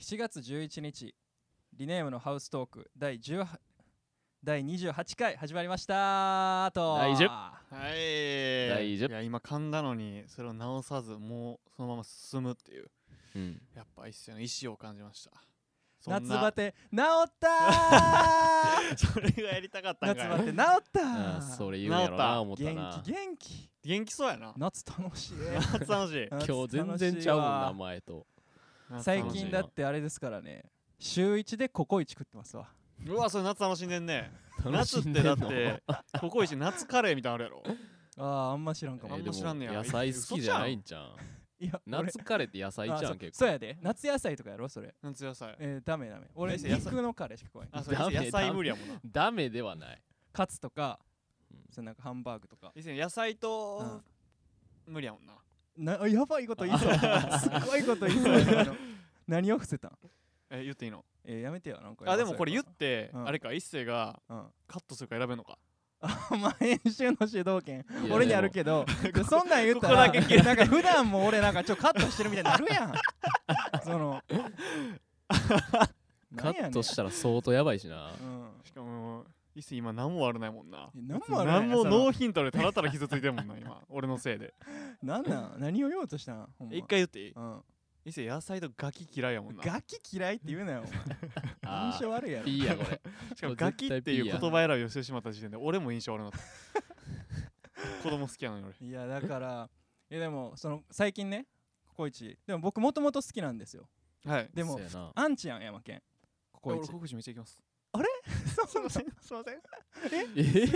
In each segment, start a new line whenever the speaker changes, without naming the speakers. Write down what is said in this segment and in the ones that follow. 7月11日リネームのハウストーク第18第28回始まりましたと
第10
はい。
大丈夫
いや、今噛んだのに、それを直さず、もうそのまま進むっていう。
うん、
やっぱ一世の意志を感じました。そん
夏
な
バテ治ったー
それがやりたかったん
夏
か
バテ
よ。
治った
あー
ー
それ言うんやろな思ったな
元気元気
元気そうやな。
夏楽しい
夏楽しい。
今日全然ちゃうもんな前と
夏
最
楽しい
近だってあれですからね週1でココイチ食ってますわ
うわ、それ夏楽しんでんね。
楽
夏
し
っ
ん
て
でん
だ
の
っ て、ココイチ夏カレーみたいなのあるやろ。
あーあんま知らん
え
かも、
あん
ー
ま知らんね
で
や
も野菜好きじゃないんじゃん
いや俺
夏カレーって野菜じ
あ
ゃ
そ
ん結
そう
構
やで夏野菜とかやろそれ
夏野菜。
えー、ダメダメ俺
先生野菜
肉のカレーしか食えん
あ、そう、
ダメ
野菜無理やもんな。
ダメではない
カツとか
うん
そのなんかハンバーグとか
一世野菜と、無理やもんな。
な あやばいこと言い そうすっごいこと言いそうやなあの何を伏せたん
え、言っていいの
えー、やめてよなんか
あ、でもこれ言っ
う
て、
うん
あれか、一世が
うん
カットするか選べんのか。
まあ編集の主導権
いや
俺にあるけどで そんなん言った
こ
ら
こだ
なんか普段も俺なんかちょっとカットしてるみたいになるや んそのなん
カ
やね
ッ
ん
トしたら相当やばいし
う
な
ん
しかも伊勢今何も悪ないもんな
え何も悪ない
何も
その
ノーヒントでただただ傷ついてるもんな 今俺のせいで
なんなん何を言おうとしたんほん、ま、
一回言っていい
うん
伊勢野菜とガキ嫌いやもんな
ガキ嫌いって言うなよお前
あ
印象悪いや
ー
ろ
いいやこれ
しかもガキっていう言葉選びをしてしまった時点で俺も印象 悪なった子供好きやのに俺
いやだからいやでもその最近ねココイチでも僕もともと好きなんですよ
はい
でも
そうやな
アンチやんヤマケンココイ
俺
チ
ココイチめっちゃ行きます
そう
すいません
えー
す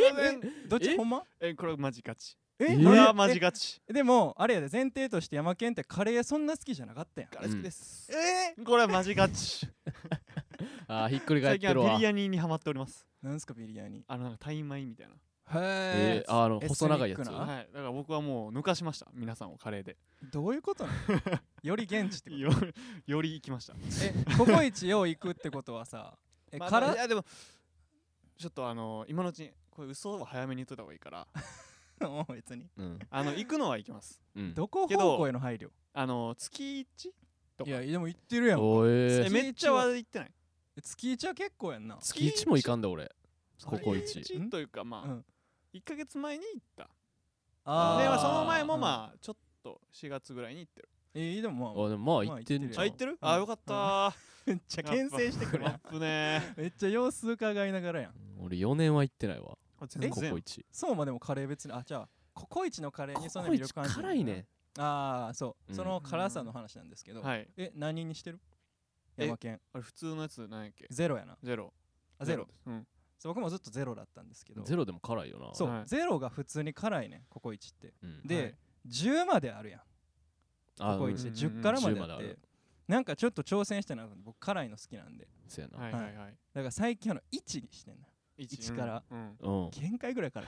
いません
どっち
え
ほんま
えこれマジガチ
え
え
これは
マ
マ
ジ
ジガチ
でもあれやで前提としてヤマケンってカレーそんな好きじゃなかったやん
ガラ好きです
え
これはマジガチ
あーひっくり返
最
っ
近
てる
はビ
わ
リヤニにハマっております
ー、なんすかビリヤニ
あのなんかタイ米みたい
へ
えーあの細長いやつ
エスニ
な
ッあク
はいだから僕はもう抜かしました皆さんをカレーで
どういうことな のより現地ってこと
よより行きました
えココイチを行くってことはさえ、
まあ
から
いやでもちょっとあの今のうちにこれ嘘は早めに言っといた方がいいから
もう別に
うん
あの行くのは行きます
うん
どこ方向への配慮
あの月一と
い
か
やでも行ってるやん
おーえ
え
月一
ー
は
めっちゃ話題行ってない
月一は結構やんな
月一もいかんで俺ココイ
月
チ
一というかま
う
あ
ん
1ヶ月前に行ったで
あー
まあその前も
あ
まあちょっと4月ぐらいに行ってる
えー、でもまあ
あでもまあ
ま
行
あ
ってん
行
じ
じ
ゃ
あ
ん
行ってる
うん
あよかった
めっちゃ牽制してくるやん
マップね
めっちゃ様子伺いながらやん
俺4年は行ってないわ
え
全
コ
然
コイチ
そうまでもカレー別にあじゃあココイチのカレー
コ
にそんな
コ
魅
イチ
力感じる
辛いね
ああそう、
うん
その辛さの話なんですけど、
はい
え何にしてる
え
山県
あれ普通のやつなんやっけ
ゼロやな
ゼロ
あゼロ
ですうん
そう僕もずっとゼロだったんですけど
ゼロでも辛いよな
そう、
はい
ゼロが普通に辛いねココイチって
うん
で、
はい
10まであるやん
あ
ココイチ
うん
で10からまで
10
あ
まで
っ
あ
て、
る
なんかちょっと挑戦したな僕辛いの好きなんで
そうやな、
はいはいはい
だから最近あの1にしてんの一から
うんうん
うん
限界ぐらい辛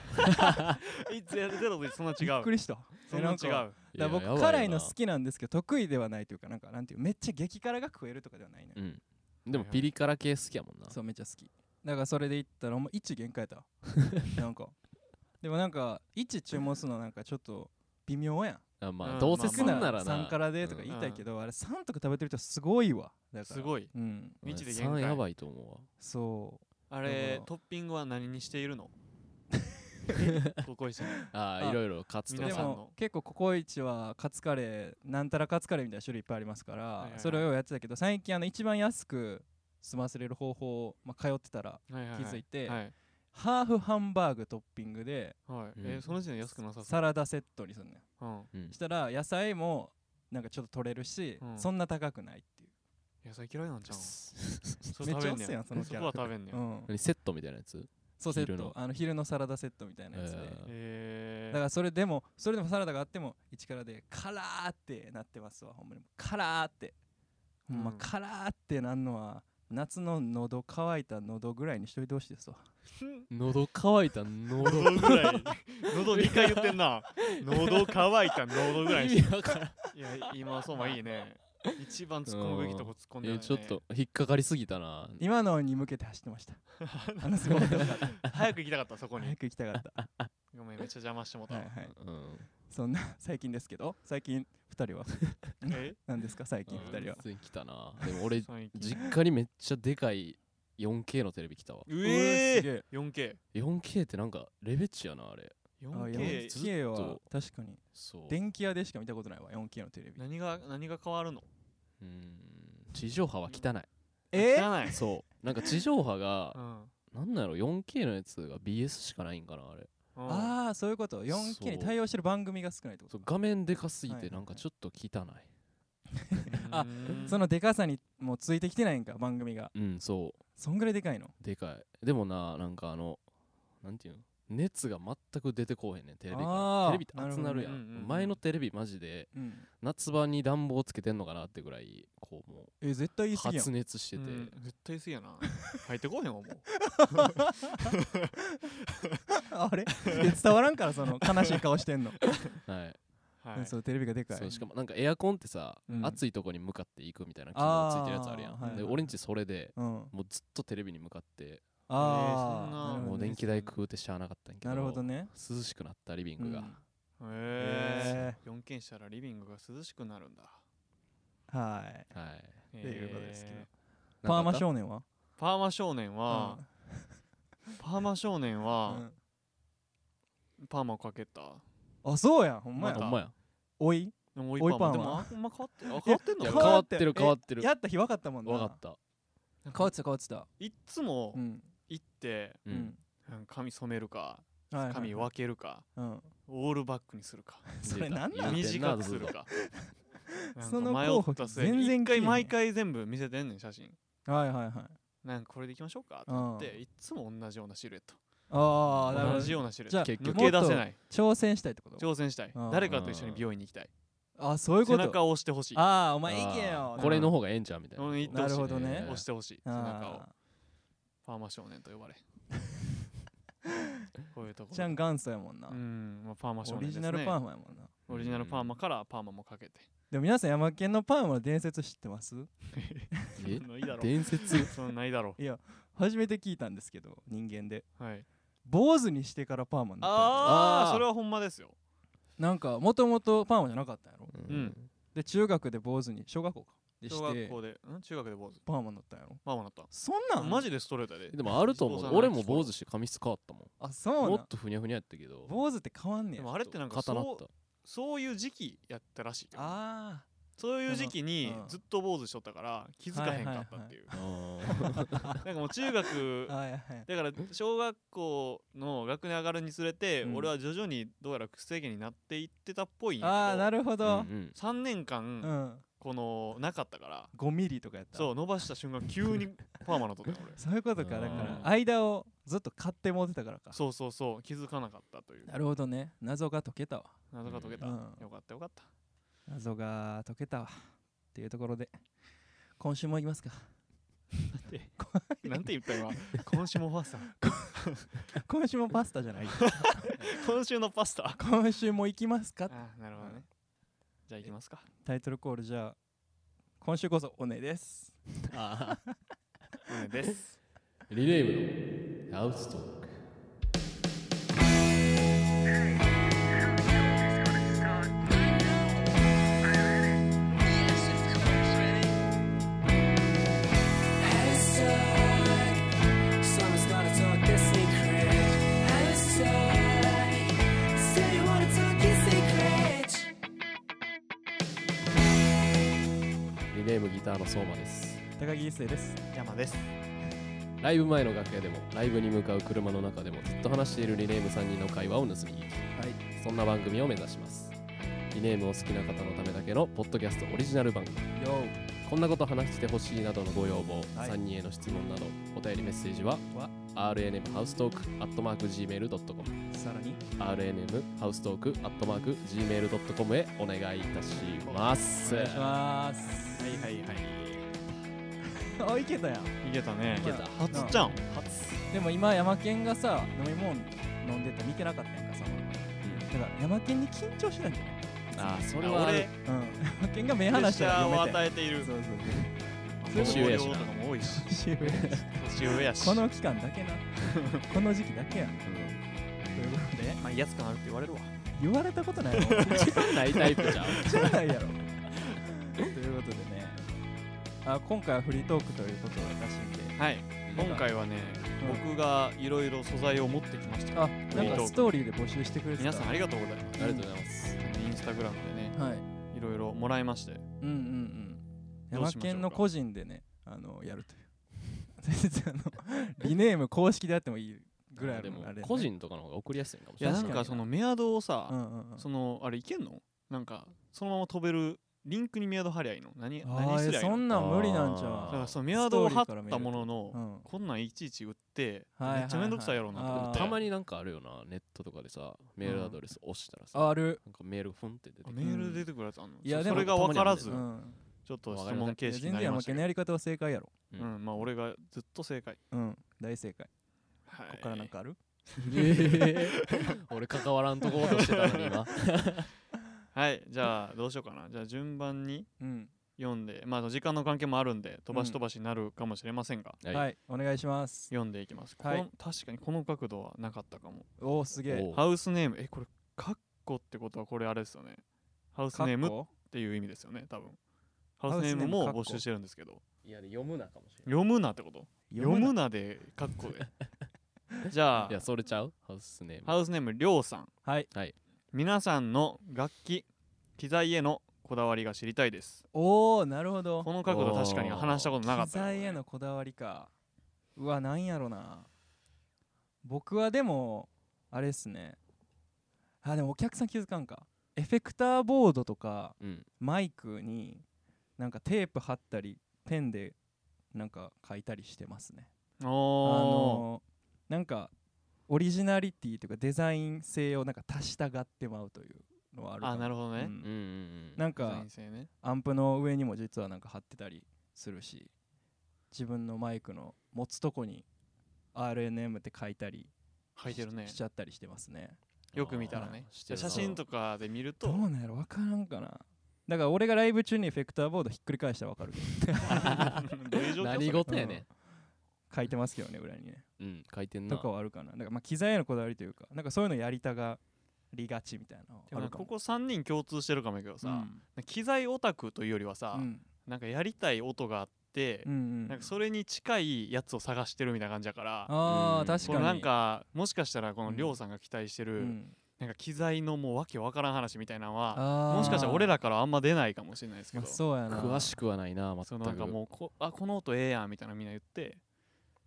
い
いゼロゼロとそんな違
びっ
う
くりした
そんな違
えなんか
う
い
だ
や
から
やば
僕辛い
よな
の好きなんですけど得意ではないというかなんかなんていうめっちゃ激辛が食えるとかではないね、
うんでもピリ辛系好きやもんな
そうめっちゃ好きだからそれで言ったらもう1限界 だなんかでもなんか1注文するのなんかちょっと微妙やん
あま
う
あ
ん
どうせ
まあ
すんならな
3からでとか言いたいけど、あれ3とか食べてる人すごいわだから
すごい
うん
うん
未知で限界
3やばいと思うわ
そ
あ
だか
れ
ら
トッピングは何にしてい るのココイチの
あ
あ
ーいろいろカツ
う
と
で
皆
か
さんの
も結構ココイチはカツカレーなんたらカツカレーみたいな種類いっぱいありますから、
いはいはい
それをやってたけど最近あの一番安く済ませれる方法を、まあ、通ってたら
気
気づいて、
はい
ハーフハンバーグトッピングで
はい
うん
えーその時点で安くなさそ
サラダセットにするのよ
ううん
うん
したら野菜もなんかちょっと取れるし、
うん
そんな高くないっていう
野菜嫌いなんじ ゃんそ
めっちゃおっ
ね
せやんそのキャラ
こは食べんねん
うん
何セットみたいなやつ
そうセッ
昼
ト
の
あの昼のサラダセットみたいなやつで、
え
え
だ
ー
からそれでもそれでもサラダがあっても一からでカラーってなってますわほんまにカラーってほんま
うん
カラーってなんのは夏の喉乾いた喉ぐらいにしといてほしいですわ
ー喉乾いた喉
喉ぐらい喉2回言って んな喉乾いた喉ぐらいにし
意味わからん
いや今はそうまいいね一番突っ込むべきとこ突っ込んで
え
ない
ー
ね
ちょっと引っかかりすぎたな
今のに向けて走ってましたあのすごい
早く行きたかったそこに
早く行きたかった
ごめんめっちゃ邪魔してもた
は
わ
いはい
うん
そんな最近ですけど最近2人は
え
何ですか最近2人は
普通に来たなでも俺
最近
実家にめっちゃでかい 4K のテレビ来たわ
う
うわす
え
げえ
4K
4K ってなんかレベチやなあれ
あ
4K
ずっと
4K は確かに
そう
電気屋でしか見たことないわ 4K のテレビ
何が何が変わるの
うん地上波は汚
知らない
いそうなんか地上 波が
うん
なんなんやろ 4K のやつが BS しかないんかなあれ
うん
ああそういうこと 4K に対応してる番組が少ないってこと
そう
か
画面でかすぎ
はいは
て
い
なんかちょっと汚い、
あ
うん
そのでかさにもうついてきてないんか番組が
うんそ
そんぐらいでかいの
うでかいでもななんかあのなんていうの熱が全く出てこうへんねんテレビから
あー
テレビって熱なる
なるほどねう
やん
んうんうん
前のテレビマジで
うん
夏場に暖房つけてんのかなってぐらいこうもう
え絶対言い過ぎやん
発熱してて、
うん絶対すぎやな入ってこうへんわもう
あれいや伝わらんからその悲しい顔してんの、
はい
はい
そうテレビがでかい
そうしかもなんかエアコンってさ、
うん
暑いとこに向かっていくみたいな機能ついてるやつあるやん、
あーはい
で俺んちそれで
うん、
もうずっとテレビに向かって
そ
あ
んな
あ、
うん
もう電気代食うてしゃあなかったんやけど
なるほどね
涼しくなったリビングが、
へえ
へ
4K したらリビングが涼しくなるんだ
うんはい
はい
って
いうことですけどパー
なんかあ
マ
った
少年は
パーマ少年は、パーマ少年
うん
は、パーマかけた
うんあそうやんほんま
ま
や
た
ほんまや
おい
でも追い
追い
パーマ
パーマ
でもあんま変わってあ変わってん
いや
の
変
か
わってる
え
変わってる
やった日分かったもんな
わかった
変わってた変わってた
いっつも
うん
行って、
う
うんん
うん髪染めるか
はいはい
髪分けるか
うん
オールバックにするか
それ
出た
なんなん
言うて
短く
ず
す
っと
るかなん
その
か迷
候補
った末
全
に
然
一
消えへ
回
ん
毎回全部見せてんねん写真
はいはいはい
なんかこれでいきましょうかって
うん
言っていっつも同じようなシルエット
ああなるほ
同
ど
じようなシルエッ
じゃ
ト
あ
結
抜
局
け出せない
挑戦したいってこと
挑戦したい
うん
誰かと一緒に美容院に行きたい
あそういうこ
背
と
中を押してほしい
ああお前いけよ
あーこれの方がええんちゃうみたいな、
うん言って
ほしいなるほどね
押してほしい背中を
あ
パーマ少年と呼 ばれこういうとこ
ー
ろ
ちゃん元祖やもんな
うん、まあ、パーマ少
オ
年で
リ
す
ジ
ね
ナルパーマやもんな
オリジナルパーマからパーマもかけて
でも皆さん山県のパーマの伝説知ってます
え
そんないいだろ
伝説
そんないいだろ
初めて聞いたんですけど人間で
はい
坊主にしてからパーマになったんです
あ
あー
あそれはほんまですよ
なんかもともとパーマじゃなかったんやろ
う
で中学で坊主に小学校かで
小
し
学
て
校でん中学で坊主
パーマになったんやろ
パーマなった
そんなん
マジでストレートやで
でもあると思
そううそう
俺も坊主して髪質変わったもん
あそう
も
なん
っとふにゃふにゃやったけど
坊主って変わんね
で
や
もあれってなんか
刀っ
そうそういう時期やったらしいけど
あ
そういう時期に
うん
ずっと坊主しとったから気づかへんかったっていう
たあ
なんかもう中学
あはいはい
だから小学校の学年上がるにつれて
うん
俺は徐々にどうやら癖毛になっていってたっぽいん
ああな
る
るほ
ー
ど
うん うん
3年
う
間
ん
このなかったから
5ミリとかやった
そう伸ばした瞬間急にパーマなっとったよ俺
そういうことかだか
う
ら
ん
間をずっと買って持ってたからか
そうそうそう気づかなかったという
なるほどね謎が解けたわ
謎が解けた
う
よ
ん
かったよかった
謎が解けたわっていうところで今週もいきますか
なんて言った今今週もパスタ
今週もパスタ じゃない
今週のパスタ
今週も行きますか
あなるほどねじゃあ行きますか
タイトルコールじゃあ今週こそおねです
あ
うんです
ーリレーブのハウストーク
Hashtag, someone's gotta talk their secret. Hashtag, say you wanna talk your secret.
リレーブギターの相馬です
高木一生です
山です
ライブ前の楽屋でもライブに向かう車の中でもずっと話しているリネーム3人の会話を盗み聞き
はい
そんな番組を目指しますリネームを好きな方のためだけのポッドキャストオリジナル番組
よ
こんなこと話してほしいなどのご要望、
はい
3人への質問などお便りメッセージは
は
RNM ハウストークアットマーク Gmail.com
さらに
RNM ハウストークアットマーク Gmail.com へお願いいたします
お願いします
はいはいはい
あいけたやん
いけたね
いけた
初じゃん
でも今ヤマケンがさ飲み物飲んでて見てなかったやんかさだからヤマケンに緊張しないんじゃない
ああそれ
俺
はあ
う
る
んヤマケンが目
プレッ
離し
シ
た
ャ
ら
ーを
読めた
与
よ
えている
そうそう
年上やしな
同僚とかも多いし
そう
年上やし
この期間だけなこの時期だけやん
うん
ということで
まあ、威圧感あるって言われるわ。
言われたことないの知
ないタイプじゃん。
らないやろということでねあ今回はフリートークということらしいんで
はい。今回はね、
うん
僕がいろいろ素材を持ってきました。
あ
フ
な
リー
ん
トー
か
ク
ストーリーで募集してくれてた
皆さんありがとうございます。
ありがとうございます。
インスタグラムでね、
はい
いろいろもらいまして。
うんうんうん
どうしま
山
しょうか
県の個人でねあのやるという全然あのリネーム公式であってもいいぐらいあ
で
る
も
あれね
個人とかの方が送りやすいかもし
い
れな
や、
い。
確
なん
かに
かそのメアドを
うん
さ、
うんうん
その、あれいけんのなんか、そのまま飛べる、リンクにメアド貼りゃいいの何
あ
何す
ー
りゃ
え
い
そ
いの
んなん無理なんち
だ
ゃ
からそのメアドを貼っ
ストーリーから見る
たものの
う、うん
こんなんいちいち売って、
はいはいはい
めっちゃめんどくさいやろうなと思って。
たま
に
になんかあるよな、ネットとかでさ、メールアドレス押したらさ、
ある
なんかメールフンって出てくる。
メールで出てくるやつあんの、
いや
そ
でも
それが分からず、
たまにあるんだよ
うん
ちょっと質問
いや
形式に
全然
なり
山
ました
県の
けど
やり方は正解やろ
り
うん、まあ俺がずっと正解。
うん大正解
はい
こっからなんかある
えー 俺関わらんとこうとしてたのに今。
はい、じゃあどうしようかな。じゃあ順番に
うん
読んで、まあ時間の関係もあるんで、飛ばし飛ばしになるかもしれませんが、
はい
はいお願いします
読んでいきます、
はい
この。確かにこの角度はなかったかも。
おおすげえ
おう
ハウスネーム、え、これ、カッコってことはこれあれですよね。ハウス
かっ
ネームっ
こ
ていう意味ですよね、多分。ハ
ウ
ウ
スネ
スネ
ー
ー
ム
ム
カ
も
ッコ
募集してるんですけど、
いや、読むなかもしれ
読むなってこと読む
な
なで、カッコ で。じゃあ
いや、、それちゃうハウスネーム。
ハウスネーム、りょうさん。
はい
皆さんの楽器機材へのこだわりが知りたいです
おおなるほど
この角度確かに話したことなかった
機材へのこだわりかうわなんやろな僕はでもあれっすねあでもお客さん気づかんかエフェクターボードとか
うん。
マイクになんかテープ貼ったりペンでなんか書いたりしてますね
あ
あ
の
のーなんかオリジナリティというかデザイン性をなんか足したがってまうというのはあるか
あな
る
るほどね、
うんうんうん。
なん
デザ
か
イン性ね
アンプの上にも実はなんか貼ってたりするし自分のマイクの持つとこに RNM って書いたり
書いてるね
ししちゃったりしてますね
よく見たらね
あーしてるな
写真とかで見る
ど
と
うなんやろ分からんかなだから俺がライブ中にエフェクターボードひっくり返したら分かるけど
どういう状況
何事やねん。
書いてますけどね裏にね
うん、書いてんな。
とかはあるかなだからまあ機材へのこだわりというかなんかそういうのやりたがりがちみたいなのは
で
あ
もな
る
ん
か
かこ
も
こ3人共通してるかもやけどさ、
うん
機材オタクというよりはさ、
うん
なんかやりたい音があって、
うんうん
なんかそれに近いやつを探してるみたいな感じだから
あ
う
ー
ん
確
こ
か
れ
に
なんかもしかしたらこの
うん
りょうさんが期待して
う
る、
ん
なんか機材のもうわけわからん話みたいなのは
あー
もしかしたら俺らからあんま出ないかもしれないですけ
ま
ど、
あそうやな
詳しくはないな、
そ
全
のなんか
く。
もうこあこの音ええやんみたいなみんな言って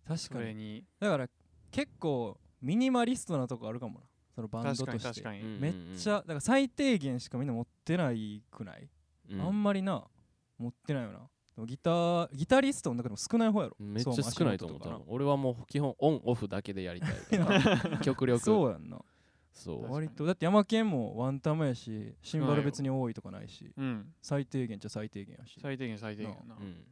確
そ
かに
れに
だから結構ミニマリストなとこあるかもなそのバンドと
確かに
して
確かに、
うん
めっちゃだから最低限しかみんな持ってないくない、
うん
あんまりな持ってないよなでもギターギタリストの中でも少ない方やろ
めっち
そう
ゃ少ないと思う。多分俺はもう基本オンオフだけでやりた い
足元とか
から。極
な
力。
そうやんな
そう
確かに
割とだって山県もワンタムやしシンバル別に多いとかないし
うん
最低限じゃ最低限やし
最低限最低限やな、
うん。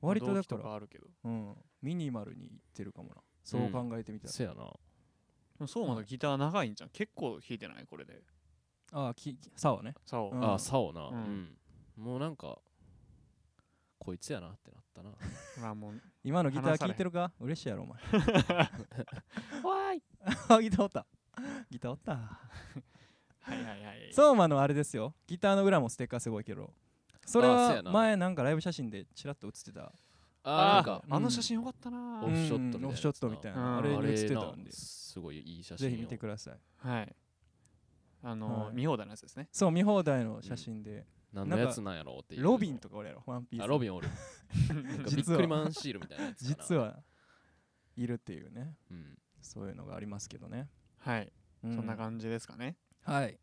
割とだ
同期
か、
からあるけどで
うん、ミニマルにいってるかもなそう考えてみたら、
せやな。
もそうまだギター長いんじゃん結構弾いてないこれで
ああきさはね
さお、
うん
ああ、サオな。
う
うん
ん。
もうなんか、こいつやなってなったな。
まあもう
今のギター
話さ
聴
れ
いてるか嬉しいや ろお前
わい
あギターおったギターおった
はいはいはい
相馬のあれですよギターの裏もステッカーすごいけどそれ
あーそう
は
やな
前なんかライブ写真でチラッと写ってた
あー
あ
なん
ー
か、
あの写真よかったな
オ
うん
フ
ー、
ショットみたいなやつな
オフショットみたいな、
うん
あれに
あ
写っ
れ
てた
なん
でぜ
すごいいい写真を
ひ見てください
はいあの、
はい
見放題のやつですね
そう見放題の写真で、
何のやつなんやろうっていう
ロビンとか俺やろワンピース
あロビ
ン
ンおるなんかビ
実
ッ
は
クリマンシールみたいなやつかな
実はいるっていうね
うん
そういうのがありますけどね、
はい、
う
そんな感じですかね
はい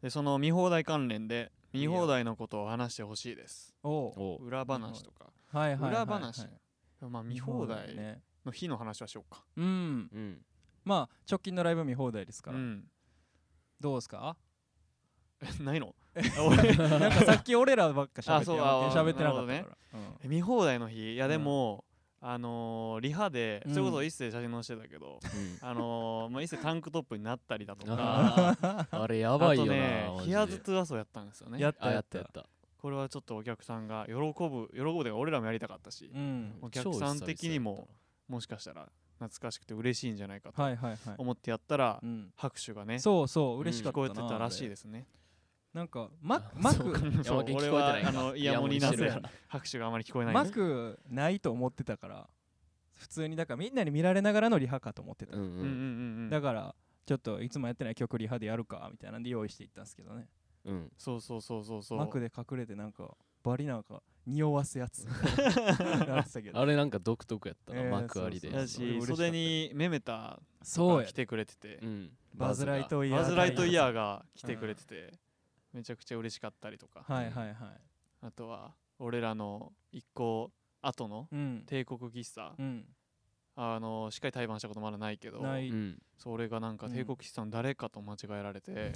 でその見放題関連で見放題のことを話してほしいです
おう
お
裏話とか
はいはいはい、はい、
裏話まあ見放題
ね
の日の話はしようか
うん
うん
まあ直近のライブ見放題ですから、
うん
どうですか
ないの俺
なんかさっき俺らばっか喋っ
あ
て
そう
山県
あ
喋ってなかったから、
なる
うん
見放題の日いやで
うん
も、あのーリハで
うん
それこそ一世写真載せてたけど、あのーまあ、一世タンクトップになったりだとか
あーあれやばいよ
あと
な
ね
マジで
ヒアズトゥアソやったんですよね
やった
あ
や
や
っ
ったたやった
これはちょっとお客さんが喜ぶ喜ぶで俺らもやりたかったし、
うん
お客さん的にも
超久々やったな
もしかしたら懐かしくて嬉しいんじゃないかと
はいはいはい、
思ってやったら
うん、
拍手がね
そうそう嬉しか
聞
ったな、
こえてたらしいですね
すなんかマ
あ
マ
そうか
ク
ヤ
そう
マケン聞こえてない
俺は
か
あのイヤモニ
してる
な拍手があまり聞こえないん
マ
です
クないと思ってたから普通にだからみんなに見られながらのリハかと思ってた、
うんう
うんうん
ん
うんう
だ
ん
からちょっといつもやってない曲リハでやるかみたいなんで用意していったんですけどね
うん
そうそうそうそうそう
マクで隠れてなんかバリなんか匂わすやつなってたけど
あれなんか独特やったな、
えー
幕ありで
そう
だ
そう俺嬉し
し
かった
袖にメメタ
そう
が
や
来てくれてて
うん
バズライトイヤー
バズライトイ
ー
ヤーが来てくれててめちゃくちゃ嬉しかったりとか
はいはいはい
あとは俺らの一個後の
うん
帝国喫茶
うん
あのしっかり対バンしたことまだないけど
な
う
い
ん
それがなんか
うん
帝国喫茶の誰かと間違えられて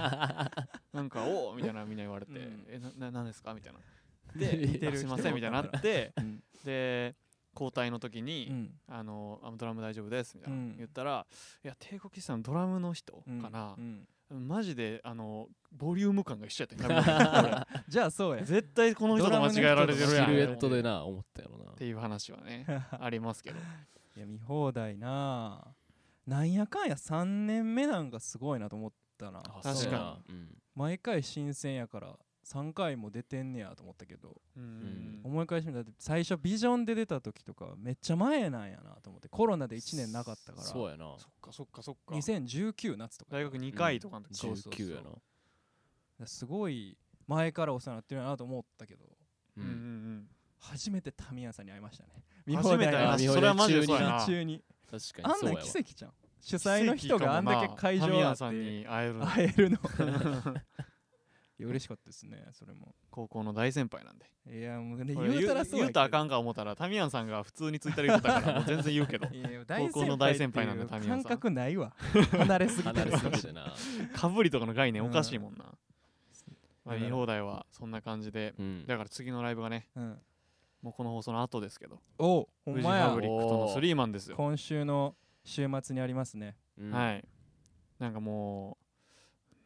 なんか「おお!」みたいなみんな言われて
うん
「えなななんですか?」みたいな
で
「あすいません」みたいななって
うん
で交代の時に
う、ん
あのあドラム大丈夫です」みたいな、
うん
言ったら「いや帝国喫茶のドラムの人
うん
かな
う、ん
マジであのボリューム感が一緒やったよ
じゃあそうや
絶対この人と間違えられて
シ
るやん
ルエットでな思ったやろ
っ
な
ていう話はねありますけど
いや見放題なあなんやかんや3年目なんかすごいなと思ったな
あ
確かに
そうやなうん
毎回新鮮やから3回も出てんねやと思ったけど、
うん
思い返してみたらだって最初ビジョンで出た時とかめっちゃ前なんやなと思ってコロナで1年なかったから
そうやな
そっかそっかそっか
2019夏とか
大学2回とかの時
そうそうそう
19やな
すごい前からお世話になってるなと思ったけど
う
うんうん
ん
初めてタミヤさんに会いましたね
初めて会いま
見
し
放
たそ
題
れはマジで
見
そう
放
や
題
な
中に
確
あ
かに
ん
そ
なん
う
奇
や
跡じゃん主催の人があんだけ会場
神
あ
谷
って
さん
会
に会えるの
えるの いや嬉しかったですねそれも
高校の大先輩なんで
いやもうね
俺
言うたらそう
言
や
う
けど
たらあかんか思ったらタミヤンさんが普通にツイッターで言ってたからもう全然言うけ ど
いやいや
高校の大先輩なんだ
大先
タ
輩って
ミヤさ
いうん感覚ない わ離れすぎ
な
て
離
る
れすぎてな
かぶりとかの概念おかしいもんな、まあ、
だから
見放題はそんな感じで
うん
だから次のライブがね
うん
もうこの放送の後ですけど
おうほ
フ
ん
ジ
ま
ファ
や
ブリックとのスリーマンですよ
今週の週末にありますね
うん
はいなんかも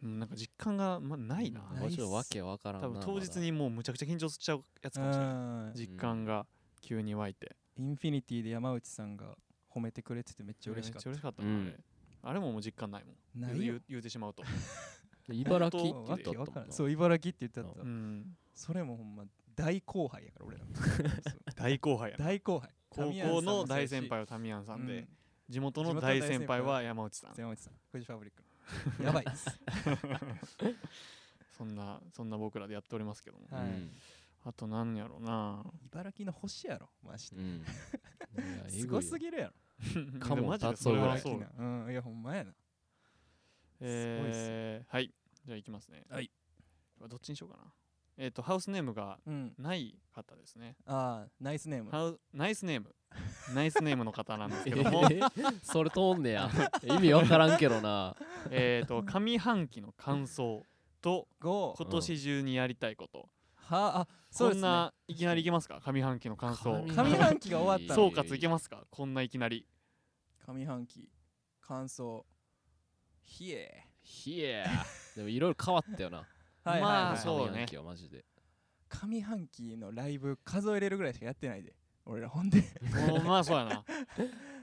ううんなんか実感が、ま、ないな
ない
もうちょっとわけわからんな
多分当日
まだ
にもうむちゃくちゃ緊張しちゃうやつ
う
かもしれない
ん
実感が急に湧いて
インフィニティで山内さんが褒めてくれててめっちゃ嬉しかった
めっちゃ嬉しかった
う
なあ
ん
れあれももう実感ないもん
ない
言
よ
う言うてしまうと
茨城
本当
っ
わ
て
け
言っと
わ
っ
か
たもん
らん
な
そう茨城って言ってあった
うん
それもほんま大後輩やから 俺らそう
大後輩やな
大後輩
高校の大先輩はタミヤンさんで、地元の大先輩は山内さん
山内さんフジファブリックのやばいです
そんなそんな僕らでやっておりますけども、
は
う
い
ん
あと何やろうな
茨城の星やろマジで
うんいやえぐいよ
すごすぎるやろ
かも
でマジで
立つわ
れは
茨
そ
城
う
なうんいやほんまやなごいっすよ
えー、はいじゃあいきますね
はい
どっちにしようかなえっ、とハウスネームが
うん
ない方ですね
ああナイスネーム
ハウナイスネームナイスネームの方なんです
え
け ども
それ通んねや意味わからんけどな
えっと上半期の感想と
ゴー
今年中にやりたいこと、
はあそう
こ
で
ん
すね
な、いきなりいけますか上半期の感想
上半期が終わった
総括いけ
ま
ますかこんないきなり
上半期感想ひえ
すいやでもいろいろ変わったよな
はいはい
ま
は
あ
い
そうね
上半期はマジで
上半期のライブ数えれるぐらいしかやってないで俺らほんで
もうまあそうやな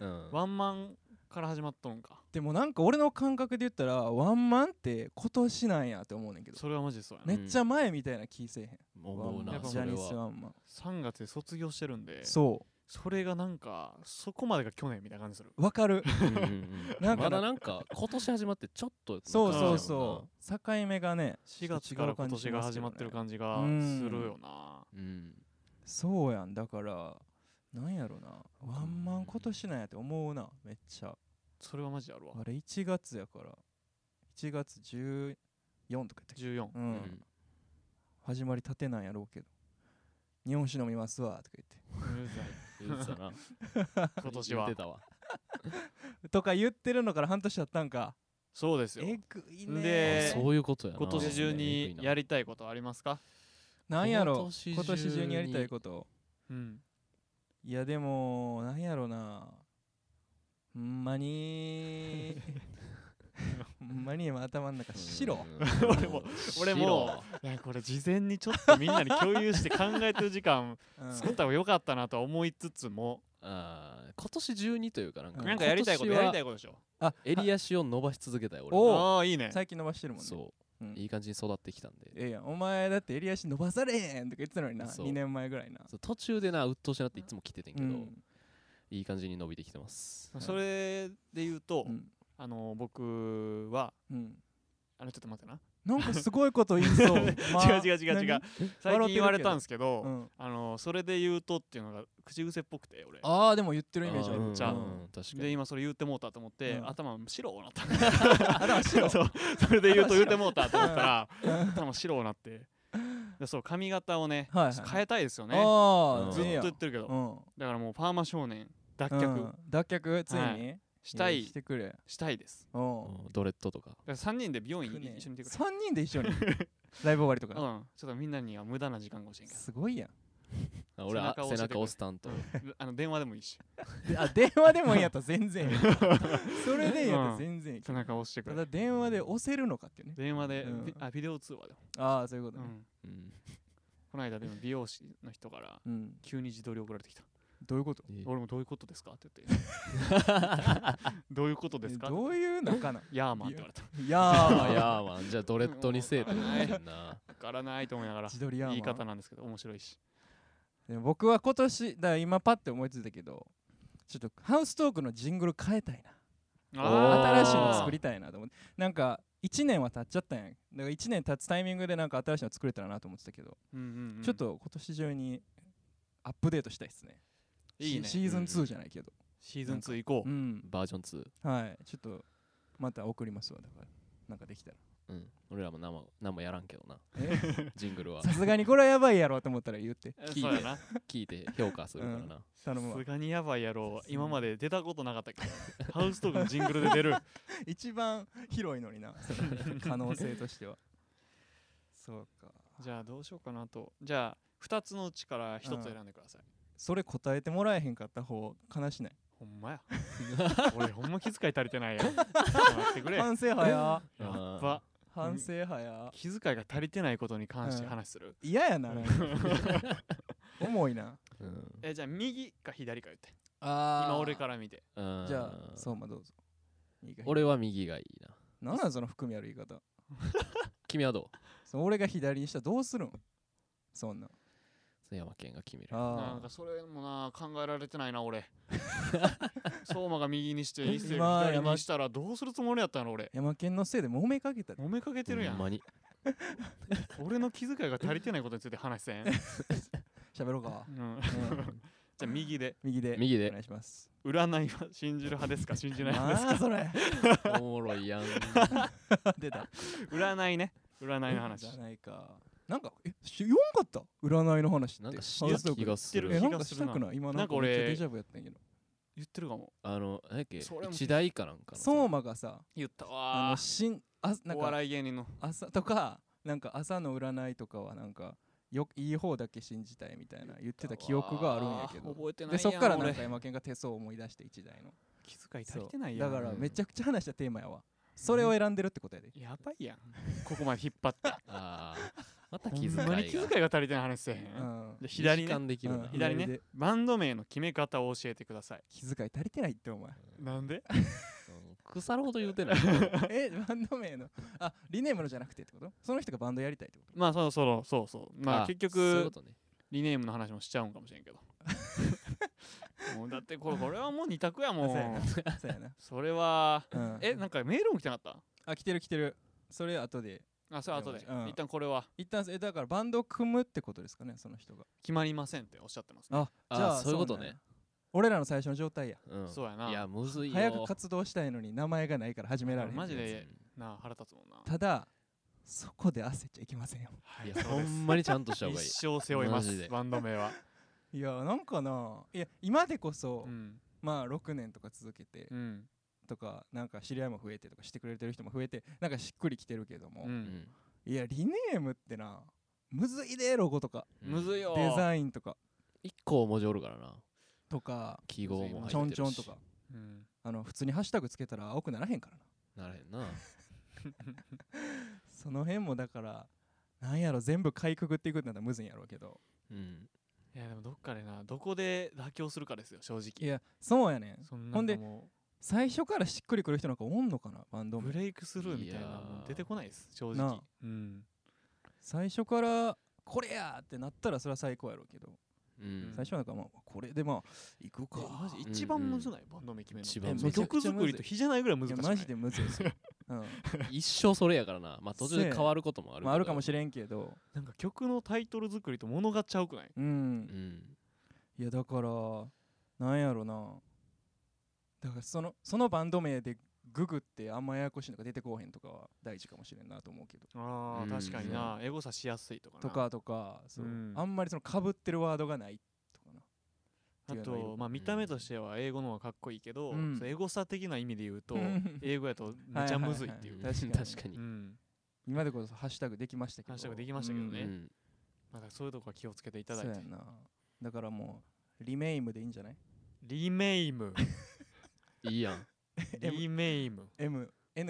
うん
ワンマンから始まっとるんか
でもなんか俺の感覚で言ったらワンマンって今年なんやって思うねんけど
それはマジでそうやな、
めっちゃ前みたいな気せえへん
思う
ワン
な
マン
そ
ジャ
れ
ニス
は
ワンマン
3月で卒業してるんでそ
そ
れがなんかそこまでが去年みたいな感じする
うわかる
うんうんう
なんん
ま
かな
だなんか今年始まってちょっと
そう
あー
そうそう境目がね
4月から今年が始まってる感じがするよな
ううん
そうやんだからなんやろなワンマン今年なんやって思うなめっちゃ
それはマジであるわ
あれ1月やから1月14とか言ったっけ
14
う、
うんん
始まりたてなんやろうけど日本酒飲みますわとか言っ
言ってたな
今年は
言ってたわ
てとか言ってるのから半年経ったんか
そうですよ
えぐいね
で
あそういうことやな
今年中にや
り
りたいことありますか
なんやろ
今
今
年中
年
に
中にやりたいこと
うん
いやでもなんやろなほんま にほんまに今頭の中白
俺
も俺もいやこれ事 前にちょっとみんなに共有して考えてる時間
うん
作った方が良かったなとは思いつつも
あー今年中にというかなんか
うん
なんかやりたいこと
今
や
年
り
は
たいことでしょ
襟足を伸ばし続けたよ俺
お
は
ああいいね
最近伸ばしてるもんね
そううんいい感じに育ってきたんで
ええやんお前だって襟足伸ばされへんとか言ってたのにな
そう
2年前ぐらいな
そう途中でな鬱陶しなっていつも来ててんけ
う
ど、
ん
いい感じに伸びてきてます
それで言うと、
うん
あの僕は
うん
あのちょっと待ってな、
なんかすごいこと言いそう
違う違う違う違う最近言われたんですけど、
うん
あのそれで言うとっていうのが口癖っぽくて俺
ああでも言ってるイメージあ
めっちゃ
う
うん
ん
うん確か
で
に
今それ言うてもうたと思って、
うん
頭白うなった
頭 白
そうそれで言うと言うてもうたと思ったら頭白うなってでそう髪型をね、
はいはい
ちょっと変えたいですよね
あ
う
あ
ん
ずっと言ってるけど、
脱
だからもうパーマ少年脱却、
脱却つい
は
に
した
や
い
してくれ
したいです
うん
うんドレッドとか
だから3人で美容院
くね
一緒に行ってくれ、
三人で 一緒にライブ終わりと
うん、ち
か
ょっとみんなには無駄な時間かもしれんけ
すごいやん
あ俺は
背中を
背
押してくれ
中押す担 当
どあの電話でもいいし
であ電話でもいいんやったら全 然いいそれでいいんやったら全然いい
背中を押してく
た
れ
だ電話で押せるのかっていうね
電話で、
うん
ビあビデオ通話でも、
ああそういうこ
う
とね
ん、
うん
この間でも美容師の人から
うん
急に自撮り送られてきた
どういうこと
え
俺もどういうことですかって 言ってどういうことです
え
か
どういう 仲なん
ヤーマンって言われた
い
あー
やー
やーまあじゃあドレッドにせえと思ってん な
わからないと思いながら
自撮りや
言い
んわ
方なんですけど面白いし
でも僕は今年だから今パッて思いついたけどちょっとハウストークのジングル変えたいな
ー
新しいの作
り
りたいなと思ってなんか1年は経っちゃったんやだから1年経つタイミングでなんか新しいの作れたらなと思ってたけど、ちょっと今年中にアップデートしたいですね
いいね
シシーズン2じゃないけど
シーズン2行こ
う、
うん
バージョン2
はいちょっとまた送りますわだからなんかで きたら
うん俺らも何も何もやらんけどな
え
ジングルは
さすがにこれはやばいやろと思ったら言って
え
聞いて
そうやな
聞いて評価するからな
頼むわ
さすがにやばいやろう今まで出たことなかったけどハウストークのジングルで出る
一番広いのに なその可能性としてはそうか
じゃあどうしようかなとじゃあ2つのうちから1つ選んでください
それ答えてもらえへんかった方悲しない
ほんまや俺ほんま気遣い足りてないやんちょっと 待ってくれ やっ
反省派や
ば
反省派や
気遣いが足りてないことに関して
うん
話する
嫌や ななんか重いな
うん
えじゃあ右か左か言って
あ
今俺から見て
うん
じゃあ相馬どうぞいいか
俺は右がいいな
なんなんその含みある言い方
君はど
その俺が左にしたらどうするんそんなん
う山県が決める
なん
あ
かそれもな考えられてないな 俺相馬が右にして一星
今
が左
山
にしたらどうするつもりやったの俺
ー山県のせいで揉めかけたで
揉めかけてるや
ほんま
ん
に
俺の気遣いが足りてないことについて話せん、うん、じ
喋ろう か、
ゃ
うん
あ右で
右で
右
お
で
願いします
占いは信じる派ですか信じない派です
ああそれ
おもろいやん
出た
か占いね占いの話
じゃないかなんかえし言わんかった占いの話って
なんか知った気がす
知って
え
る
な
る
んかしたくない今な
なん
か
んか
俺
俺
デジャブやったんやけど
言ってるかも
あの何やっけ
それも
一大かなんかのさ
相馬がさ
言った
あ
わ
のしんあなん
お
か
笑い芸人の
朝とかなんか朝の占いとかはなんかよいい方だけ信じたいみたいな言ってた記憶があるんやけ
うわ
ど
覚えてない
で
やん
そっからなん
俺
か山県が手相を思い出して一台の
気遣い足
そ
り
う
てないや
だ
ん
から
うん
めちゃくちゃ話したテーマやわそれを選んでるってことやで
やばいやんここまで引っ張 って
あーまた気遣い
ほん
が
まに気遣いが足りてない話せへん
う、ん
で左
時
ね
間できるな
うん
左ね
左で
バンド名の決め方を教えてください
気遣い足りてないって お前
なんで
うん腐るほど言うてない
えバンド名のあリネームのじゃなくてってことその人がバンドやりたいってこと
まあそうそうそうそうまあ結
そういう
局
ことね
リネームの話もしちゃうんかもしれんけどもうだってこれこれはもう二択やも
そうやなんそうやな
それは
うん
えなんかメールも来てなかっ
あ来てる来てるそれ後で
たあそれ後で
うん
一旦これは
一旦えだからバンド組むってことですかねその人が
決まりませんっておっしゃってますね
あ
あー
じゃあ
そういうことね
なんや俺らの最初の状態や
うん
そうやない
やむずいよ
早く活動したいのに名前がないから始められへん
マジ
う
で
ん
なあ腹立つもんな
ただそこで焦っちゃいけませんよ
はい
や
そ
ほ
うです
んまにちゃんとした方がいい
一生背負いま
マジです
バンド名は
いやなんかないや今でこそ、
うん
まあ6年とか続けて、
うん
とかなんか知り合いも増えてとかしてくれてる人も増えてなんかしっくりきてるけども、
う
うんん
いやリネームってなむずいでロゴとか
うん
むずいよ
デザインとか
一個文字おるからな
とか
記号も入ってるし
ちょんちょんとか
うん
あの普通にハッシュタグつけたら青くならへんからな
なれへんな
その辺もだからなんやろ全部かいくぐっていくってなったらむずいんやろうけど
うん
いやでもどっかでなどこで妥協するかですよ正
い
直
やそうやねん
そん
ほんで
なんかも
最初からしっくりくる人なんかおんのかなバン
う
ドも
ブレイクスルーみたいない
やー
もう出てこないです正
なあ
直うん
最初からこれやってなったらそれは最高やろうけど、
うん
最初はなんかまあこれでまあいくか
えマジ
ん
一番むずないバンド名決め
一
る
番
の
む
え
ずい
もう曲作りと比じゃないぐらい難
いや
しい
マジでむずいですよ、 うん
一生それやからなまあ途中で変わることもあるけど
まあ、あるかもしれんけど
なんか曲のタイトル作りと物がちゃうくない
うん
うん
いやだからなんやろなだからそのそのバンド名でググってあんまややこしいのが出てこうへんとかは大事かもしれんなと思うけど
あ
うん
ー確かになエゴサしやすいとかな
とかとかそう、
うん
あんまりそのかぶってるワードがないとかな
あ
っていうのが
とまあ見た目としては英語の方がかっこいいけど
うん
そのエゴサ的な意味で言うと
うん
英語やとめちゃむずいっていう
は確かに
確かに
うん
今でこそハッシュタグできましたけど
ハッシュタグできましたけど
うん
ね
うん
まあだからそういうとこは気をつけていただ
そ
いうて
やなだからもうリメイムでいいんじゃない
リメ イム
いいやん
リメイム
?MN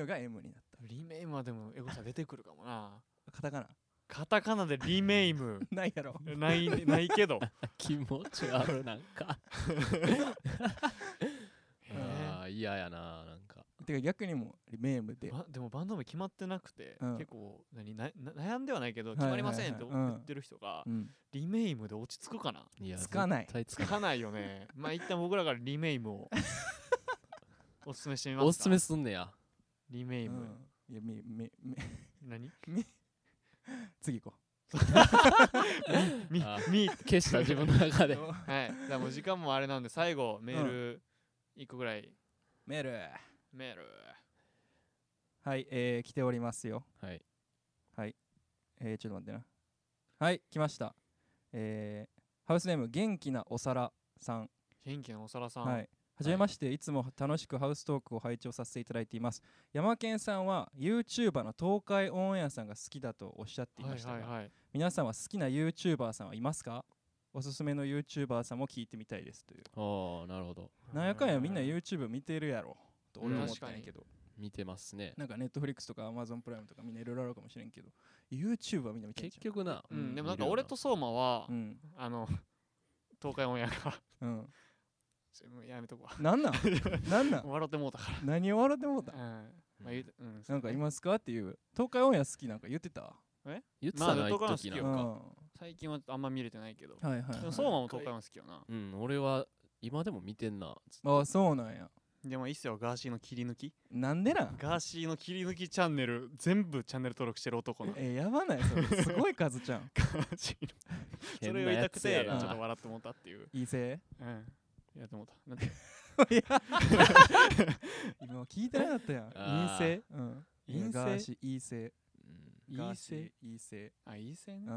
が M になっ
リメイムはでもエゴサ出てくるかもな
たカタカナ
カタカナでリメ イム
ないやろ
ないないけど
気持ち悪いなんか
えー
ああ嫌やななんか
てか逆にもうリメイムで
ばでもバンド名決まってなくて、
うん
結構何なな悩んではないけど
はいは
決
い
ま
はい
りませんって言ってる人が
うん
リメイムで落ち着くかない
や
つかない
絶対つ
つ
か
かないよねまあ一旦僕らからリメイ ムをおすすめしてみます
ない
か
おすすめすんねや
リメイム、
うんいやみみみ
何
次行こ
み
あ
み
消した自分の中で
はいじゃあもう時間もあれなんで最後メール一個ぐらい、
うメール
メール
はいえー、来ておりますよ
はい
えー、ちょっと待ってなはい来ましたえー、ハウスネーム元気なお皿さん
元気なおさらさん、
はい。はじめまして、い、つも楽しくハウストークを拝聴させていただいています。山健さんは YouTuber の東海オンエアさんが好きだとおっしゃってい
は
ま
い
したが、
はいはい
皆さんは好きな YouTuber さんはいますかおすすめの YouTuber さんも聞いてみたいですという。
ああなるほど
なんやかんやみんな YouTube 見てるやろと俺は思ったんやけど、
見てますね
なんか Netflix とか Amazon プライムとかみんないろいろあるかもしれんけど、YouTube はみんな見てるじ
結
ゃん。
局な
うん
うん
でもなんか俺と相馬は、
うん。
あの東海オンエアが
うん。
ちょもうやめとこわ
なんなん なんなん
笑ってもうたか
何を笑ってもうた
ら、うんまあ言うてうん、
なんかいますかっていう。東海オンエア好きなんか言ってた
言ってた
ま
な
あ
一
男の好き
時な
よ
うんん。
か
は
最近はあんま見れてないけど、
いはい、
で
は
も
い。
相馬も東海オン好きよな
うん俺は今でも見てんなずっと
ああそうなんや
でも一世はガーシーの切り抜き
なんでなん
ガーシーの切り抜きチャンネル全部チャンネル登録してる男のガ
えやばないそれすごい数じゃん
ーシーの そ
変
れを
な
言い
や
たく
つ
て
や
ち
な
ょっと笑ってもうたっていう
いいぜ
うんやってもうたなんて
いや今聞いてなかったやん
あ
陰
ー
性うん
陰性
ガーシー陰性
うん
ガーシー陰性
あいい せ
うん
ね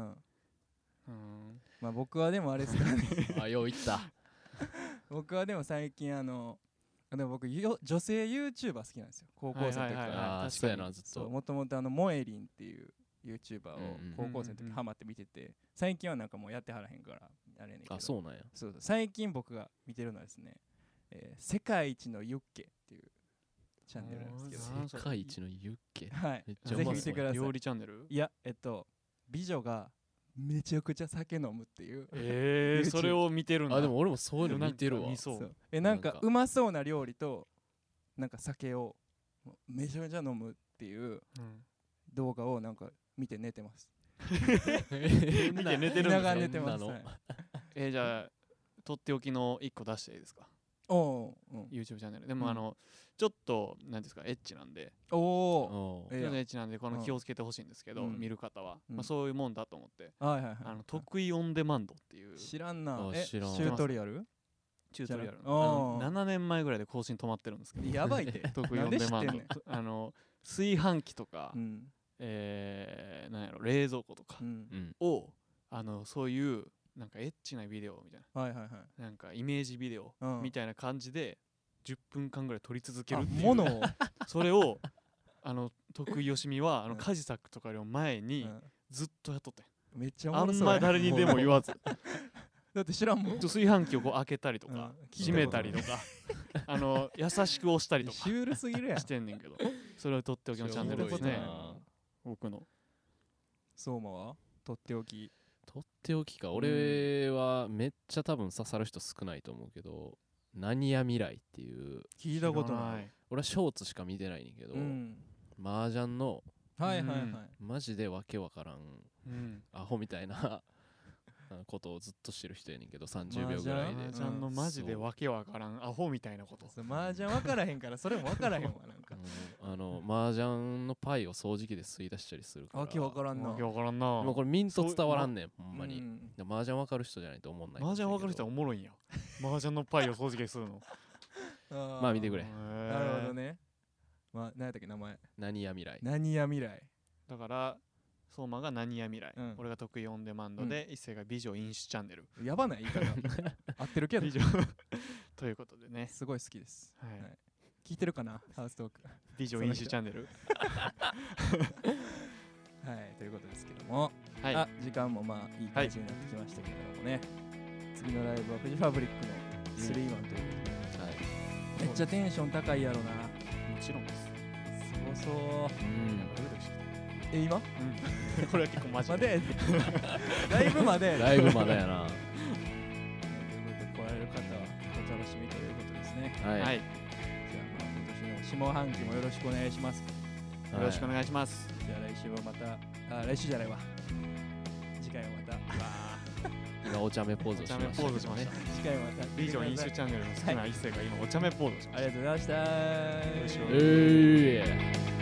うん
まあ僕はでもあれですから ね
あよう言った
僕はでも最近あのでも僕よ女性 YouTuber 好きなんですよ高校生の時か
はいはいはい
ら
あ
確か
あ
に
そうやなずっ
そう
と
もともとあのモエリンっていう YouTuber を
うんうん
高校生の時ハマって見てて最近はなんかもうやってはらへんからあれやねんけど
あそうなんや
そうそう最近僕が見てるのはですね、えー世界一のユッケっていうチャンネルなんですけど
お、ー
世界一のユッケ
はい、
めっち
ぜ
ゃう
ひ
ま
見
そ
て
う
ください。
料理チャンネル
いや、えっと、美女がめちゃくちゃ酒飲むっていう。
えー、
YouTube
それを見てるんだ
あでも俺もそういうの
なん
見
か
てるわ
見そう
そうえなん
なん
か
か
うまそうな料理となんか酒をめちゃめちゃ飲むっていう
うん
動画をなんか見て寝てます。
見
見て寝てるん
み
です
な
ね
がら寝てます。
そんな
は
の
い、
えー、じゃあとっておきの一個出していいですか
おお、うん、
YouTube チャンネルでも、
うん
あのちょっと何ですかエッチなんで
おお、
お
え
ちょっとエ
え
ッチなんでこの
うん
気をつけてほしいんですけど、
うん
見る方は、
うん
まあ、そういうもんだと思って、
やんはいはい
あ
は
の得意オンデマンドっていう
い。知らんな
あ。
え、チ
知らん
ュートリアル？
チュートリアルの
知らんあー
あの7年前ぐらいで更新止まってるんですけど
やばい って。
得意
な
オ
ん
ン
で
デ
知って
マ
ん
ン
ね
ド
ん。
とあの炊飯器とか、
うん
えー、なんやろ冷蔵庫とか
うん
う。ん
をあのそういうなんかエッチなビデオみたい
はいはいはい。
ななんかイメージビデオ
うん
みたいな感じで10分間ぐらい撮り続ける
あ
っていう
ものを、
それをあの徳井よしみはあの
うん
家事作とかよりも前
う
に
ん
ずっとやっとってん
めっちゃお
あ
もろ
ん
そう
ま
やだ
誰にでも言 わず
って知らんもん
炊飯器をこう開けたりとか
うん聞いたこと
閉めたりとかあの優しく押したり とか
シュールすぎるやん
してんねんけどそれをとっておきのチャンネルです
聞い
ね
たことない
僕の
相馬はとっておき
とっておきか俺はめっちゃ多分刺さる人少ないと思うけど「何や未来」っていう
聞いたことない
い
俺はショーツしか見てないねんけど、
うん
麻雀の
はいはいはい、
うん
マジでわけわからん
うん
アホみたい なあのことをずっとしてる人やねんけど30
麻
秒
雀
ぐらい
麻
で
雀のマジでわけわからんアホみたいなこと
そうマージャン分からへんからそれも分からへんわなん か
うんあの麻雀のパイを掃除機で吸い出したりするから
わけわからんな
わけわからんな
もうこれミント伝わらんねんほ
ほ
んまに、で麻雀わかる人じゃないと思んない
麻雀わかる人はおもろいんや麻雀のパイを掃除機するの
まあ見てくれ
へー
なるほどねまあ何やったっけ名前
何や未来
何や未来
だから相馬が何や未来、
うん
俺が得意オンデマンドで、一斉が美女飲酒チャンネル
やばない言い方合ってるけど
美女 ということでね、
すごい好きです
はい
はい聞いてるかなハウストーク
美女飲酒チャンネル
はいということですけども、
はい
あ時間もまあいい感じになってきましたけれどもね、次のライブはフジファブリックの3-1ということで、
はい
めっちゃテンション高いやろな
もちろんです
すごそう
うん
どれでし
え今
たこれは結構マジ
ま
で
でライブまで
ライブまだやなは
ということで来られる方はお楽しみということですね。
い、
はい、
じゃあ、
よ
まあ、今年の下半期もよろしくお願いします。
ろしくお願いします、
じゃあ来週はまた、あ来週じゃないわ。次回はまた、
今お茶目ポーズをしましたけどね
お茶目ポーズしました
次回はまた。
美女飲酒チャンネルの好きな一斉が今お茶目ポーズをしま
あ
し
りがとうございました。
たよろしくお願いします
えー